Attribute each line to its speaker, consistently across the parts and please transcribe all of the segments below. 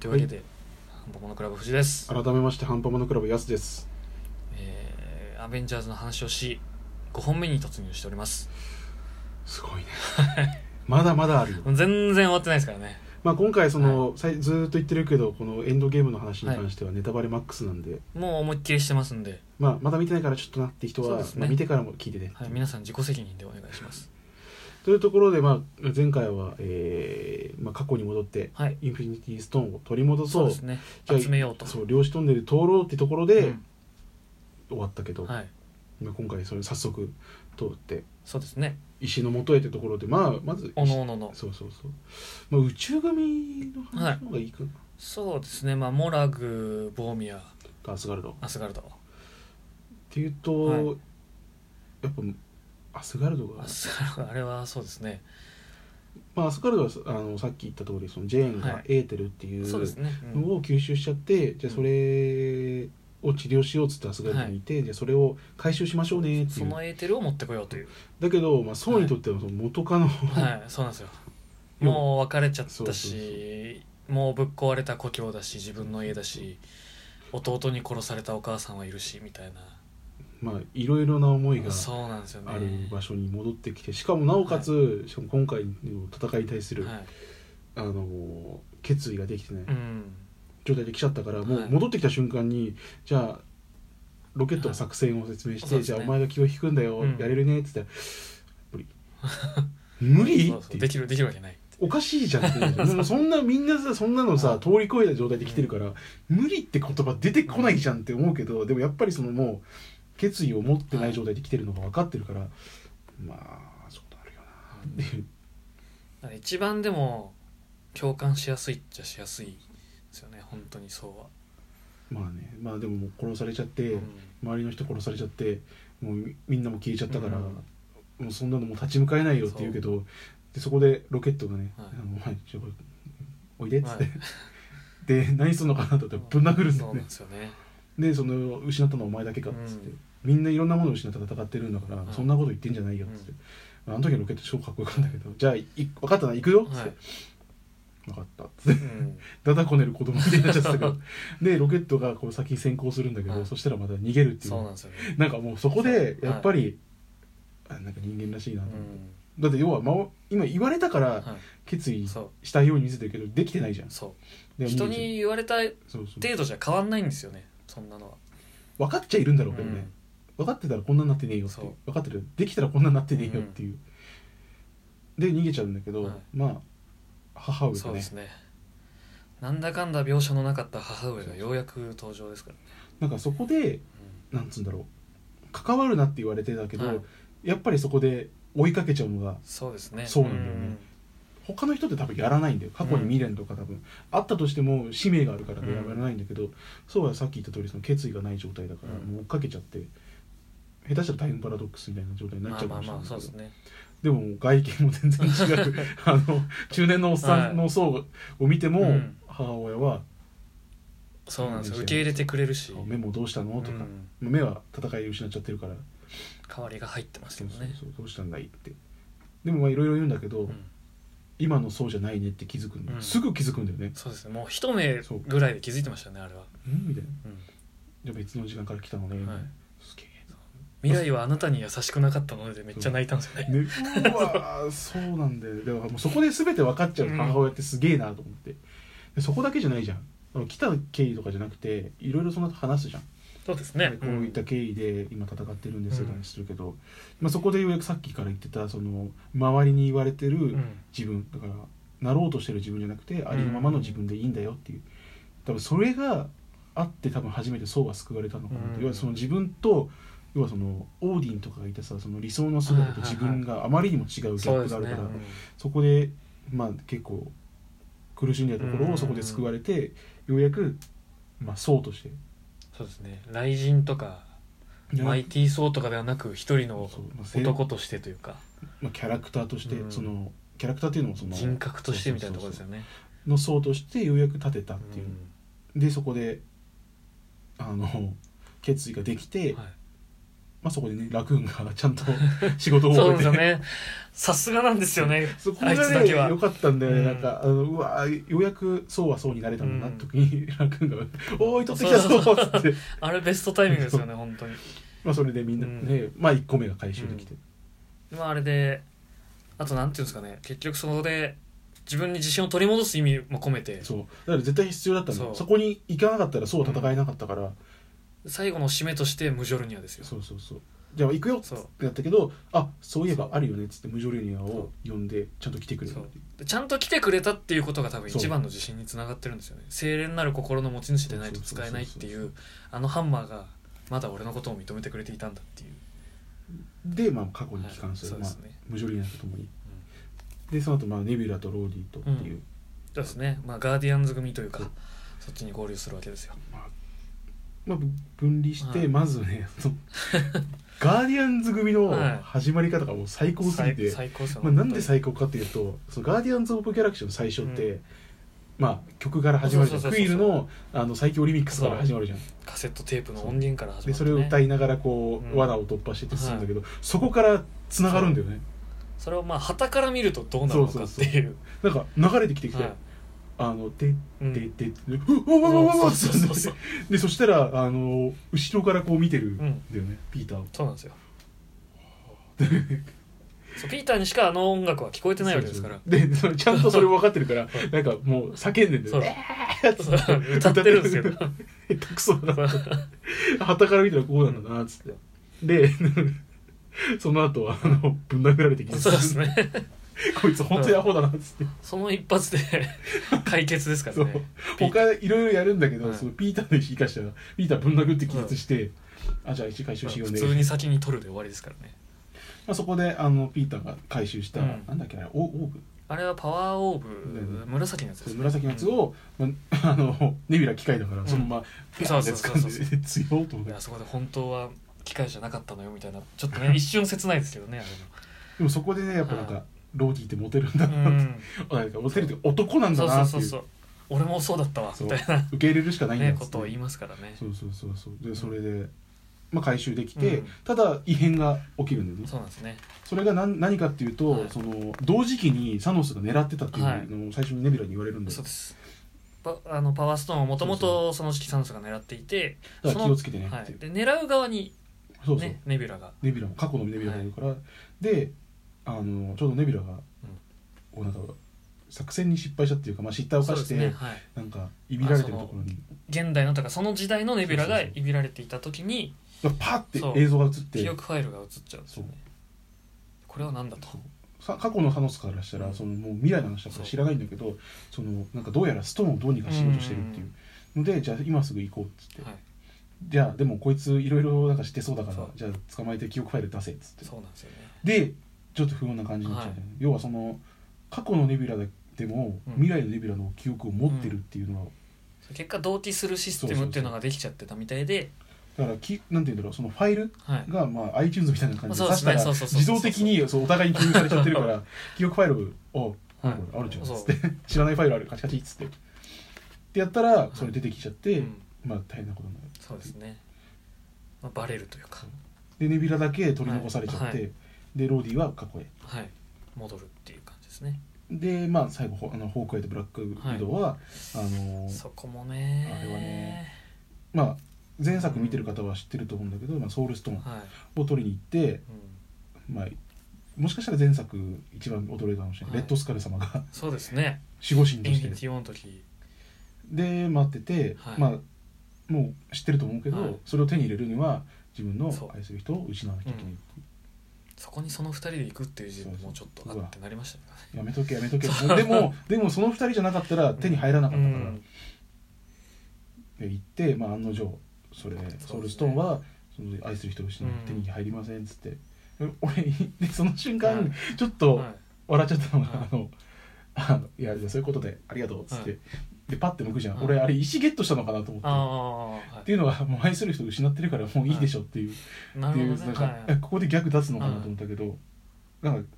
Speaker 1: というわけで、ハンパモノクラブ藤です、
Speaker 2: 改めましてハンパモノクラブヤスです
Speaker 1: えーアベンジャーズの話をし5本目に突入しております
Speaker 2: すごいね まだまだあるよ、
Speaker 1: 全然終わってないですからね
Speaker 2: まあ、今回その、さいずーっと言ってるけどこのエンドゲームの話に関してはネタバレマックスなんで、
Speaker 1: もう思いっきりしてますんで、
Speaker 2: まあ、まだ見てないからちょっとなって人
Speaker 1: そう
Speaker 2: は、
Speaker 1: ですね
Speaker 2: まあ、見てからも聞いてね、
Speaker 1: はい、皆さん自己責任でお願いします
Speaker 2: というところで、まあ、前回は、えーまあ、過去に戻って
Speaker 1: はい
Speaker 2: インフィニティストーンを取り戻
Speaker 1: そ
Speaker 2: そうう
Speaker 1: ですね
Speaker 2: じゃあ
Speaker 1: 集めようと
Speaker 2: そう量子トンネル通ろうってところで、
Speaker 1: うん
Speaker 2: 終わったけど、
Speaker 1: はい
Speaker 2: まあ今回それ早速通って
Speaker 1: そうですね
Speaker 2: 石の元へってところで、まあ、まず
Speaker 1: おのおのの
Speaker 2: そうそうそう、まあ、宇宙組の話の方がいいかな、
Speaker 1: そうですねまあモラグボーミア
Speaker 2: とアスガルドっ
Speaker 1: アスガルド
Speaker 2: ていうと、
Speaker 1: はい
Speaker 2: やっぱアスガルドが
Speaker 1: アスガルドあれはそうですね
Speaker 2: まあ、アスガルドはさあのさっき言った通りそのジェーン
Speaker 1: は
Speaker 2: が
Speaker 1: い
Speaker 2: エーテルっていう
Speaker 1: そうですね、うん
Speaker 2: のを吸収しちゃって、じゃあそれを治療しようっつってアスガルドにいて、じゃあそれを回収しましょうねってい
Speaker 1: そうのエーテルを持ってこようという
Speaker 2: だけど、まあ、ソウにとってはその元カノ、
Speaker 1: はいそうなんですよ
Speaker 2: 要は
Speaker 1: もう別れちゃったし
Speaker 2: そうそうそ
Speaker 1: もうぶっ壊れた故郷だし自分の家だし弟に殺されたお母さんはいるしみたいな
Speaker 2: まあいろいろな思いが
Speaker 1: そうなんですよね
Speaker 2: ある場所に戻ってきてしかもなおかつ、しかも今回の戦いに対する、
Speaker 1: はい、
Speaker 2: あの決意ができてない
Speaker 1: うん
Speaker 2: 状態で来ちゃったから、も
Speaker 1: は
Speaker 2: う
Speaker 1: い
Speaker 2: 戻ってきた瞬間にじゃあロケットの作戦を説明して、
Speaker 1: はい
Speaker 2: じゃあ
Speaker 1: そうですね
Speaker 2: お前が気を引くんだよ、
Speaker 1: うん
Speaker 2: やれるねって言ったら無 理無理
Speaker 1: そう
Speaker 2: っ
Speaker 1: そう
Speaker 2: て
Speaker 1: できるできるわけない
Speaker 2: おかしいじゃんってな るじゃんもうそんなみんなさそんなのさ、
Speaker 1: はい
Speaker 2: 通り越えた状態で来てるから、無理って言葉出てこないじゃんって思うけどでもやっぱりそのもう決意を持ってない状態で来てるのが分かってるから、まあそうなるよなっていう
Speaker 1: だから一番でも共感しやすいっちゃしやすいですよね本当にそうは、
Speaker 2: まあねまあでももう殺されちゃって。
Speaker 1: うん
Speaker 2: 周りの人殺されちゃってもうみみんなも消えちゃったから、
Speaker 1: うん
Speaker 2: もうそんなのもう立ち向かえないよって言うけどでそこでロケットがね「
Speaker 1: はい
Speaker 2: あのお前ちょおいで」っつって、
Speaker 1: はい
Speaker 2: で何すんのかなと思ってぶん殴るんだ
Speaker 1: そ
Speaker 2: よ
Speaker 1: うなん
Speaker 2: ね
Speaker 1: ですよね
Speaker 2: でその失ったのはお前だけかっつって、
Speaker 1: うん
Speaker 2: みんないろんなものを失って戦ってるんだから、
Speaker 1: はい
Speaker 2: そんなこと言ってんじゃないよっつって、あの時のロケット超かっこよかったんだけど、じゃあい分かったな行くよっつって、
Speaker 1: はい
Speaker 2: 分かったっ つって
Speaker 1: うん
Speaker 2: ダダこねる子供みたいになっちゃってたけ どでロケットがこう先に先行するんだけど、
Speaker 1: はい
Speaker 2: そしたらまた逃げるっていう
Speaker 1: そうなんですよね、
Speaker 2: なんかもうそこでやっぱり、あなんか人間らしいな
Speaker 1: う
Speaker 2: と、
Speaker 1: ん
Speaker 2: だって要は、まお、今言われたから
Speaker 1: は
Speaker 2: 決意
Speaker 1: い、そう
Speaker 2: したように見せてるけどできてないじゃん
Speaker 1: そ
Speaker 2: で
Speaker 1: う人に言われた程
Speaker 2: そうそう
Speaker 1: 度じゃ変わんないんですよねそんなのは、
Speaker 2: 分かっちゃいるんだろうけ
Speaker 1: う
Speaker 2: どね
Speaker 1: ん、
Speaker 2: 分かってたらこんなになってねえよってい
Speaker 1: そうう
Speaker 2: 分かってるできたらこんなになってねえよっていう、で逃げちゃうんだけど、
Speaker 1: はい
Speaker 2: まあ母上
Speaker 1: そ
Speaker 2: が
Speaker 1: うで
Speaker 2: ね
Speaker 1: すねなんだかんだ描写のなかった母上がようやく登場ですからね、
Speaker 2: なんかそこでなんつうんだろう関わるなって言われてたけど、
Speaker 1: はい
Speaker 2: やっぱりそこで追いかけちゃうのが
Speaker 1: そうですね
Speaker 2: そうなんだよね他の人って多分やらないんだよ過去に未練とか多分、あったとしても使命があるからねや
Speaker 1: うん
Speaker 2: らないんだけど、そうはさっき言った通りその決意がない状態だから、
Speaker 1: うん
Speaker 2: もう追っかけちゃって下手したらタイムパラドックスみたいな状態に
Speaker 1: うん
Speaker 2: なっ
Speaker 1: ま
Speaker 2: ち
Speaker 1: あ
Speaker 2: ゃうか
Speaker 1: まあ
Speaker 2: もしれ
Speaker 1: まあ
Speaker 2: ないけ
Speaker 1: そう
Speaker 2: ど、
Speaker 1: ですね
Speaker 2: でも外見も全 然違うあの中年のおっさんの層を見ても、
Speaker 1: うん
Speaker 2: 母親は
Speaker 1: そうなんですよ
Speaker 2: うん
Speaker 1: 受け入れてくれるし、
Speaker 2: 「目もどうしたの?」とか、
Speaker 1: うん
Speaker 2: 目は戦いを失っちゃってるから「
Speaker 1: 代わりが入ってますけ
Speaker 2: そ
Speaker 1: ど
Speaker 2: うそう
Speaker 1: ね
Speaker 2: そうどうしたんだい?」ってでもまあいろいろ言うんだけど、
Speaker 1: うん
Speaker 2: 今のそうじゃないねって気づくんだよ
Speaker 1: うん
Speaker 2: すぐ気づくんだよね
Speaker 1: そうですねもう一目ぐらいで気づいてましたねあれは、
Speaker 2: 「ん?」みたいな
Speaker 1: うん
Speaker 2: 「じゃあ別の時間から来たのね」みたいな
Speaker 1: はい
Speaker 2: すげえ
Speaker 1: 未来はあなたに優しくなかったのでめっちゃ泣いたんですよね、
Speaker 2: ね、うわーそうなんだよだからもうそこで全て分かっちゃう
Speaker 1: うん
Speaker 2: 母親ってすげえなと思ってでそこだけじゃないじゃんあの来た経緯とかじゃなくていろいろその後話すじゃん、
Speaker 1: そうですね
Speaker 2: でこういった経緯で今戦ってるんですよって話するけど、まあ、そこでようやくさっきから言ってたその周りに言われて
Speaker 1: うん
Speaker 2: る自分だからなろうとしてる自分じゃなくてありのままの自分でいいんだよっていう多分それがあって多分初めてそうは救われたのかなって、
Speaker 1: うん
Speaker 2: 要はその自分と要はそのオーディンとかがいたさその理想の姿と自分があまりにも違うギャ
Speaker 1: そう
Speaker 2: ッ
Speaker 1: で
Speaker 2: プが
Speaker 1: す
Speaker 2: ある
Speaker 1: ね
Speaker 2: からそ,、
Speaker 1: うん
Speaker 2: こでまあ結構苦しんでたとこ
Speaker 1: う
Speaker 2: ろ
Speaker 1: ん
Speaker 2: をそこで救われて、ようやくまあそうとして
Speaker 1: そうですね雷神とかマイティー・ソーとかではなく一人の
Speaker 2: そうまあせ
Speaker 1: 男としてというか
Speaker 2: まあ、キャラクターとして、
Speaker 1: うん
Speaker 2: そのキャラクターっていうのもその
Speaker 1: 人格としてみたいなところです
Speaker 2: そうそうそう
Speaker 1: よね
Speaker 2: そうの層としてようやく立てたっていう、
Speaker 1: うん
Speaker 2: でそこであの決意ができて、
Speaker 1: はい
Speaker 2: まあ、そこでねラクーンがちゃ んと仕事を
Speaker 1: そうです
Speaker 2: 覚え
Speaker 1: よ
Speaker 2: て
Speaker 1: ねさすがなんですよね
Speaker 2: そこ
Speaker 1: あ
Speaker 2: が
Speaker 1: いつだけ
Speaker 2: ね
Speaker 1: は
Speaker 2: 良かったんだよね、
Speaker 1: うん
Speaker 2: なんかあのうわようやくそうはそうになれたんだなって時に、ラクーンが「おーい取ってきたぞ」
Speaker 1: そう
Speaker 2: っつって
Speaker 1: あれベストタイミングですよね本当に
Speaker 2: まあそれでみんなね、まあ1個目が回収できて、
Speaker 1: まああれであとなんていうんですかね結局そこで自分に自信を取り戻す意味も込めて
Speaker 2: そうだから絶対必要だったんだ
Speaker 1: そ
Speaker 2: よ
Speaker 1: う
Speaker 2: そこに行かなかったらそうは戦えなかったから、
Speaker 1: 最後の締めとしてムジョルニアですよ
Speaker 2: そうそうそうじゃあ行くよっつ
Speaker 1: そう
Speaker 2: ってやったけどあそういえばあるよねっつってムジョルニアを呼んでちゃんと来てくれる
Speaker 1: そうでちゃんと来てくれたっていうことが多分
Speaker 2: そう
Speaker 1: 一番の自信につながってるんですよね清廉なる心の持ち主でないと使えないってい
Speaker 2: そうそう
Speaker 1: うあのハンマーがまだ俺のことを認めてくれていたんだっていう
Speaker 2: で、まあ、過去に帰還する、
Speaker 1: はい
Speaker 2: まあ
Speaker 1: そうですね、
Speaker 2: ムジョルニアと共に、でその後、まあネビュラとローディとっていう、
Speaker 1: うそうですねまあガーディアンズ組というか
Speaker 2: そう
Speaker 1: そっちに合流するわけですよ
Speaker 2: まあ、ぶ分離して、
Speaker 1: はい
Speaker 2: まずね そのガーディアンズ組の
Speaker 1: はい
Speaker 2: 始まり方がもう最高すぎて、
Speaker 1: 最最高ですよ
Speaker 2: まあ、なんで
Speaker 1: 本
Speaker 2: 最高かっていうとそのガーディアンズ・オブ・ギャラクシーの最初って、
Speaker 1: う
Speaker 2: まあ、曲から始まるじゃん
Speaker 1: そうそう
Speaker 2: ク
Speaker 1: そう
Speaker 2: イ
Speaker 1: そう
Speaker 2: ールのあの最強リミックスから始まるじゃん
Speaker 1: 当にカセットテープの音源から始ま
Speaker 2: で
Speaker 1: って、
Speaker 2: そ
Speaker 1: ね、
Speaker 2: れを歌いながらこう、
Speaker 1: うん
Speaker 2: 罠を突破してって進むんだけど、そこからつながるんだよね
Speaker 1: それをまあ旗から見るとどうなるのかっていう
Speaker 2: なんか流れてきてきて、
Speaker 1: はい
Speaker 2: あので
Speaker 1: うん
Speaker 2: でででうわうわうわうわうわっ
Speaker 1: そう
Speaker 2: つ
Speaker 1: そうそうそう
Speaker 2: ってでそしたらあの後ろからこう見てるん
Speaker 1: うん
Speaker 2: だよね、ピーターを。
Speaker 1: そうなんですよそうピーターにしかあの音楽は聞こえてないわけですから
Speaker 2: でそれちゃんとそれ分かってるから
Speaker 1: はい
Speaker 2: なんかもう叫んでんだ
Speaker 1: そ
Speaker 2: よ
Speaker 1: う
Speaker 2: ねえーっつ
Speaker 1: そう歌ってるんですけど
Speaker 2: 下手くそだなはたから見たらこうなんだなっつってでその後あのぶん殴られてきて
Speaker 1: そうですね
Speaker 2: こいつ本当にアホだなっつって
Speaker 1: その一発で 解決ですからね
Speaker 2: そう他いろいろやるんだけど、
Speaker 1: はい
Speaker 2: そのピーターの石生かしたらピーターぶん殴って気絶して、あじゃあ石回収しよう
Speaker 1: 普
Speaker 2: ね
Speaker 1: 通に先に取るで終わりですからね
Speaker 2: まあ、そこであのピーターが回収した、
Speaker 1: うん
Speaker 2: なんだっけあれオオーブ
Speaker 1: あれはパワーオーブ、
Speaker 2: ね
Speaker 1: 紫のやつ
Speaker 2: そ
Speaker 1: で
Speaker 2: う
Speaker 1: す、ね、
Speaker 2: 紫のやつ
Speaker 1: うん
Speaker 2: を、まあ、あ のネビュラ機械だからそのままピャーって
Speaker 1: そう
Speaker 2: 掴
Speaker 1: そうそうそうん
Speaker 2: で強いと思っ
Speaker 1: い
Speaker 2: て
Speaker 1: やそこで本当は機械じゃなかったのよみたいなちょっ とね一瞬切ないですけどね
Speaker 2: でもそこでねやっぱなん
Speaker 1: はい
Speaker 2: かローディってモテるん
Speaker 1: あ
Speaker 2: だ
Speaker 1: れ
Speaker 2: な
Speaker 1: もう
Speaker 2: って、
Speaker 1: ん
Speaker 2: あなんかモテるって男なん
Speaker 1: そ
Speaker 2: だ
Speaker 1: うそ
Speaker 2: な
Speaker 1: うそ
Speaker 2: っていうう
Speaker 1: そう俺もそうだったわ
Speaker 2: そう
Speaker 1: みたいな
Speaker 2: 受け入れるしかないんだ
Speaker 1: ね
Speaker 2: っつ
Speaker 1: こ
Speaker 2: って
Speaker 1: とを言いますからね
Speaker 2: そうそうそうそうでそれで、まあ、回収できて、
Speaker 1: うん
Speaker 2: ただ異変が起きるんだよね
Speaker 1: そうなんですね
Speaker 2: それが何何かっていうと、
Speaker 1: はい
Speaker 2: その同時期にサノスが狙ってたっていうのを最初にネビュラに言われるんだよ、
Speaker 1: そうですパあのパワーストーンをもともとその時期サノスが狙っていて
Speaker 2: だから
Speaker 1: そ
Speaker 2: 気
Speaker 1: の
Speaker 2: をつけてね
Speaker 1: は
Speaker 2: っ
Speaker 1: い
Speaker 2: ていう、
Speaker 1: で狙う側に
Speaker 2: そうそう、
Speaker 1: ねネビュラが
Speaker 2: ネビュラも過去のネビュラがいるから、であのちょうどネビュラが、こうなんか作戦に失敗したっていうか、まあ、失態を
Speaker 1: そ
Speaker 2: 犯
Speaker 1: うで
Speaker 2: し
Speaker 1: す
Speaker 2: て、
Speaker 1: ねはい
Speaker 2: なんかいびられてるところに
Speaker 1: 現代のとかその時代のネビュラが
Speaker 2: そうそう
Speaker 1: いびられていた時に
Speaker 2: パ
Speaker 1: そ
Speaker 2: ッ
Speaker 1: う
Speaker 2: て映像が映って
Speaker 1: 記憶ファイルが映っちゃうんですよねこれは何だと
Speaker 2: さ過去のサノスからしたら、
Speaker 1: うん
Speaker 2: そのもう未来の話だか
Speaker 1: そう
Speaker 2: ら知らないんだけどそのなんかどうやらストーンをどうにかしようとしてるっていうのでじゃあ今すぐ行こうっつって、
Speaker 1: はい
Speaker 2: じゃあでもこいついろいろなんかしてそうだから
Speaker 1: そう
Speaker 2: じゃあ捕まえて記憶ファイル出せっつって
Speaker 1: そうなんですよね
Speaker 2: でちょっと不穏な感じになっちゃうんだよね、要はその過去のネビュラでも、
Speaker 1: うん
Speaker 2: 未来のネビュラの記憶を持ってるっていうのは、
Speaker 1: 結果同期するシステムっていうのができちゃってたみたいで
Speaker 2: だからきなんて言うんだろうそのファイル
Speaker 1: はい
Speaker 2: が、まあ、iTunes みたいな感じで
Speaker 1: まあ
Speaker 2: 挿
Speaker 1: そ
Speaker 2: し
Speaker 1: う
Speaker 2: た
Speaker 1: ですね
Speaker 2: ら
Speaker 1: そうそうそう
Speaker 2: 自
Speaker 1: そう
Speaker 2: 動的にそうお互いに共有されちゃってるから 記憶ファイルをあ
Speaker 1: はい
Speaker 2: あるじゃんっ
Speaker 1: そう
Speaker 2: つって 知らないファイルあるカチカチっつってってやったら
Speaker 1: い
Speaker 2: それ出てきちゃって、
Speaker 1: うん
Speaker 2: まあ大変なことになる
Speaker 1: そうですね、まあ、バレるというか
Speaker 2: でネビラだけ取り残されちゃって、
Speaker 1: はいはい
Speaker 2: でローディは過去へ
Speaker 1: はい戻るっていう感じですね
Speaker 2: でまあ最後ホあのホークアイとブラックウィドウは、あのー
Speaker 1: そこもね
Speaker 2: あれはねまあ前作見てる方は知ってると思うんだけど、まあ、ソウルストーン
Speaker 1: はい、
Speaker 2: を取りに行って、
Speaker 1: うん、
Speaker 2: まあ、もしかしたら前作一番驚いたかもしれな
Speaker 1: は
Speaker 2: い、
Speaker 1: い
Speaker 2: レッドスカル様が
Speaker 1: そうですね
Speaker 2: 守護神
Speaker 1: イ
Speaker 2: と
Speaker 1: ンフ
Speaker 2: し
Speaker 1: ィ
Speaker 2: て
Speaker 1: ニティウォンの時
Speaker 2: で待ってて、
Speaker 1: はい
Speaker 2: まあもう知ってると思うけど、
Speaker 1: はい
Speaker 2: それを手に入れるには自分の
Speaker 1: そう
Speaker 2: 愛する人を失わなきゃいけない、
Speaker 1: そこにその二人で行くっていう自分もちょっとあ
Speaker 2: そうそう
Speaker 1: ってなりましたね
Speaker 2: やめとけやめとけ でもでもその二人じゃなかったら手に入らなか
Speaker 1: う
Speaker 2: ったから、
Speaker 1: ん
Speaker 2: で行って、まあ、案の定それ
Speaker 1: ね
Speaker 2: ソウルストーンはその愛する人を失う
Speaker 1: うん
Speaker 2: 手に入りませんっつって、で俺でその瞬間、
Speaker 1: はい
Speaker 2: ちょっと
Speaker 1: はい
Speaker 2: 笑っちゃったのが、
Speaker 1: はい
Speaker 2: あのあのいやじゃあそういうことでありがとうっつって、
Speaker 1: は
Speaker 2: でパッて向くじゃん、
Speaker 1: はい
Speaker 2: 俺あれ石ゲットしたのかなと思って。
Speaker 1: ああ、は
Speaker 2: っていうのはもう愛する人を失ってるからもういいでしょっていう
Speaker 1: い、な
Speaker 2: ってい
Speaker 1: る
Speaker 2: うな
Speaker 1: ほ
Speaker 2: ん
Speaker 1: ど
Speaker 2: か
Speaker 1: ね、はい
Speaker 2: えここで逆出すのかなと思ったけど、なんか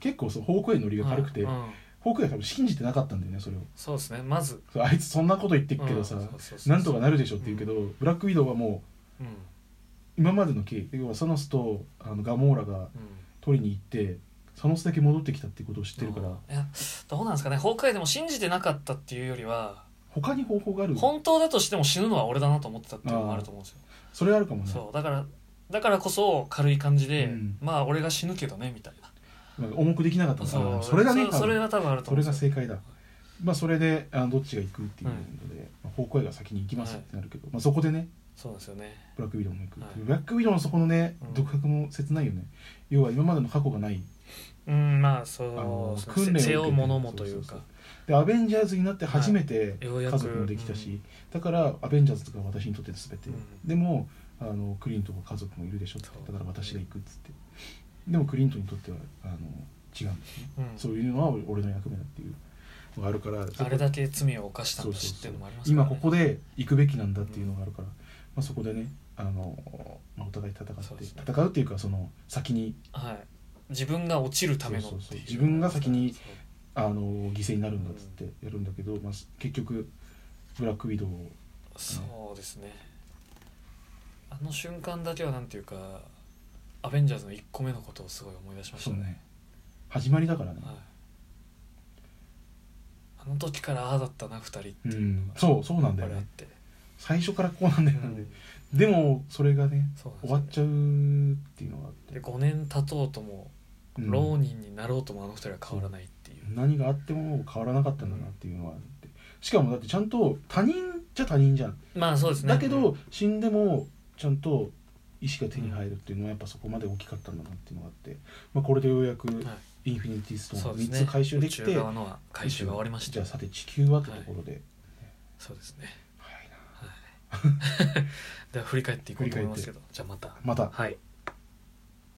Speaker 2: 結構その方向への理由が軽くて、
Speaker 1: う
Speaker 2: 方
Speaker 1: ん
Speaker 2: 向へ多分信じてなかったんだよねそれを
Speaker 1: そうですねまず
Speaker 2: そうあいつそんなこと言ってっけどさ、
Speaker 1: うんそうそうそうそう
Speaker 2: なんとかなるでしょって言うけど、ブラックウィドウはも
Speaker 1: うん
Speaker 2: 今までの経緯要はサノスとあのガモーラ
Speaker 1: う
Speaker 2: が
Speaker 1: ん
Speaker 2: 取りに行ってサノスだけ戻ってきたってことを知ってるから、
Speaker 1: いやどうなんですかね崩壊でも信じてなかったっていうよりは
Speaker 2: 他に方法がある
Speaker 1: 本当だとしても死ぬのは俺だなと思ってたっていうのもあると思うんですよ、
Speaker 2: それあるかもね
Speaker 1: そうだからだからこそ軽い感じで、
Speaker 2: うん
Speaker 1: まあ俺が死ぬけどねみたい
Speaker 2: まあ重くできなかった
Speaker 1: な
Speaker 2: のかなそれだね
Speaker 1: そ
Speaker 2: 多
Speaker 1: それ
Speaker 2: 分
Speaker 1: は多分あると
Speaker 2: そ
Speaker 1: 思う
Speaker 2: れ
Speaker 1: んで
Speaker 2: が
Speaker 1: すよ
Speaker 2: 正解だまあそれであのどっちが行くっていうので、まあ方向へが先に行きますってなるけど、まあ、そこでね
Speaker 1: そうですよね
Speaker 2: ブラックウィドウも行く、
Speaker 1: はい
Speaker 2: ブラックウィドウのそこのね、
Speaker 1: うん
Speaker 2: 独白も切ないよね要は今までの過去がない
Speaker 1: うんまあそ
Speaker 2: あの
Speaker 1: うそう
Speaker 2: 訓練を受けて
Speaker 1: 背負うものもという
Speaker 2: そ
Speaker 1: か
Speaker 2: うでアベンジャーズになって初めて
Speaker 1: よう
Speaker 2: 家
Speaker 1: やく
Speaker 2: 族もできたし、だからアベンジャーズとか私にとって全て、
Speaker 1: うん
Speaker 2: でもあのクリントンは家族もいるでしょって
Speaker 1: そう
Speaker 2: だから私が行くっつってでもクリントンにとってはあの違うんですね、
Speaker 1: うんうん
Speaker 2: そういうのは俺の役目だっていうのがあるから
Speaker 1: あれだけ罪を犯した
Speaker 2: そ
Speaker 1: ん
Speaker 2: う
Speaker 1: だ
Speaker 2: そう
Speaker 1: しって
Speaker 2: そ
Speaker 1: いううのもありますから、
Speaker 2: 今
Speaker 1: ね、
Speaker 2: ここで行くべきなんだっていうのがあるから、まあ、そこでねあの、まあ、お互い戦って、
Speaker 1: そうですね
Speaker 2: 戦うっていうかその先に
Speaker 1: はい自分が落ちるための
Speaker 2: そうそうそう
Speaker 1: ってい
Speaker 2: 自分が先に
Speaker 1: そう
Speaker 2: あの犠牲になるんだっつってやるんだけど、まあ、結局ブラックウィドウを
Speaker 1: そうですねあの瞬間だけはなんていうかアベンジャーズの1個目のことをすごい思い出しました
Speaker 2: そうね始まりだからね、
Speaker 1: はい、あの時からああだったな2人っていうのが
Speaker 2: そうそうなんだ
Speaker 1: や
Speaker 2: よ
Speaker 1: っぱりあっ
Speaker 2: ね
Speaker 1: て、
Speaker 2: 最初からこうなんだよ
Speaker 1: う
Speaker 2: ね、
Speaker 1: ん
Speaker 2: でもそれがね
Speaker 1: そうなんです
Speaker 2: 終
Speaker 1: よ
Speaker 2: わっちゃうっていうのがあって
Speaker 1: で5年経とうとも、
Speaker 2: うん
Speaker 1: 浪人になろうともあの2人は変わらないっていう
Speaker 2: 何があっても変わらなかったんだなっていうのはあってしかもだってちゃんと他人じゃ他人じゃん、
Speaker 1: まあそうですね
Speaker 2: だけど、
Speaker 1: うん
Speaker 2: 死んでもちゃんと意思が手に入るっていうのはやっぱそこまで大きかったんだなっていうのがあって、まあ、これでようやく
Speaker 1: は
Speaker 2: インフィニティストー
Speaker 1: そう
Speaker 2: ン
Speaker 1: ですね
Speaker 2: 3つ回収でき
Speaker 1: 宇
Speaker 2: て、
Speaker 1: 宙側のは回収が終わりまし
Speaker 2: じ
Speaker 1: た
Speaker 2: ゃあさて地球はってところで、
Speaker 1: そうですね
Speaker 2: 早いな
Speaker 1: では振り返っていこうと思いますけどじゃあまた
Speaker 2: また
Speaker 1: はい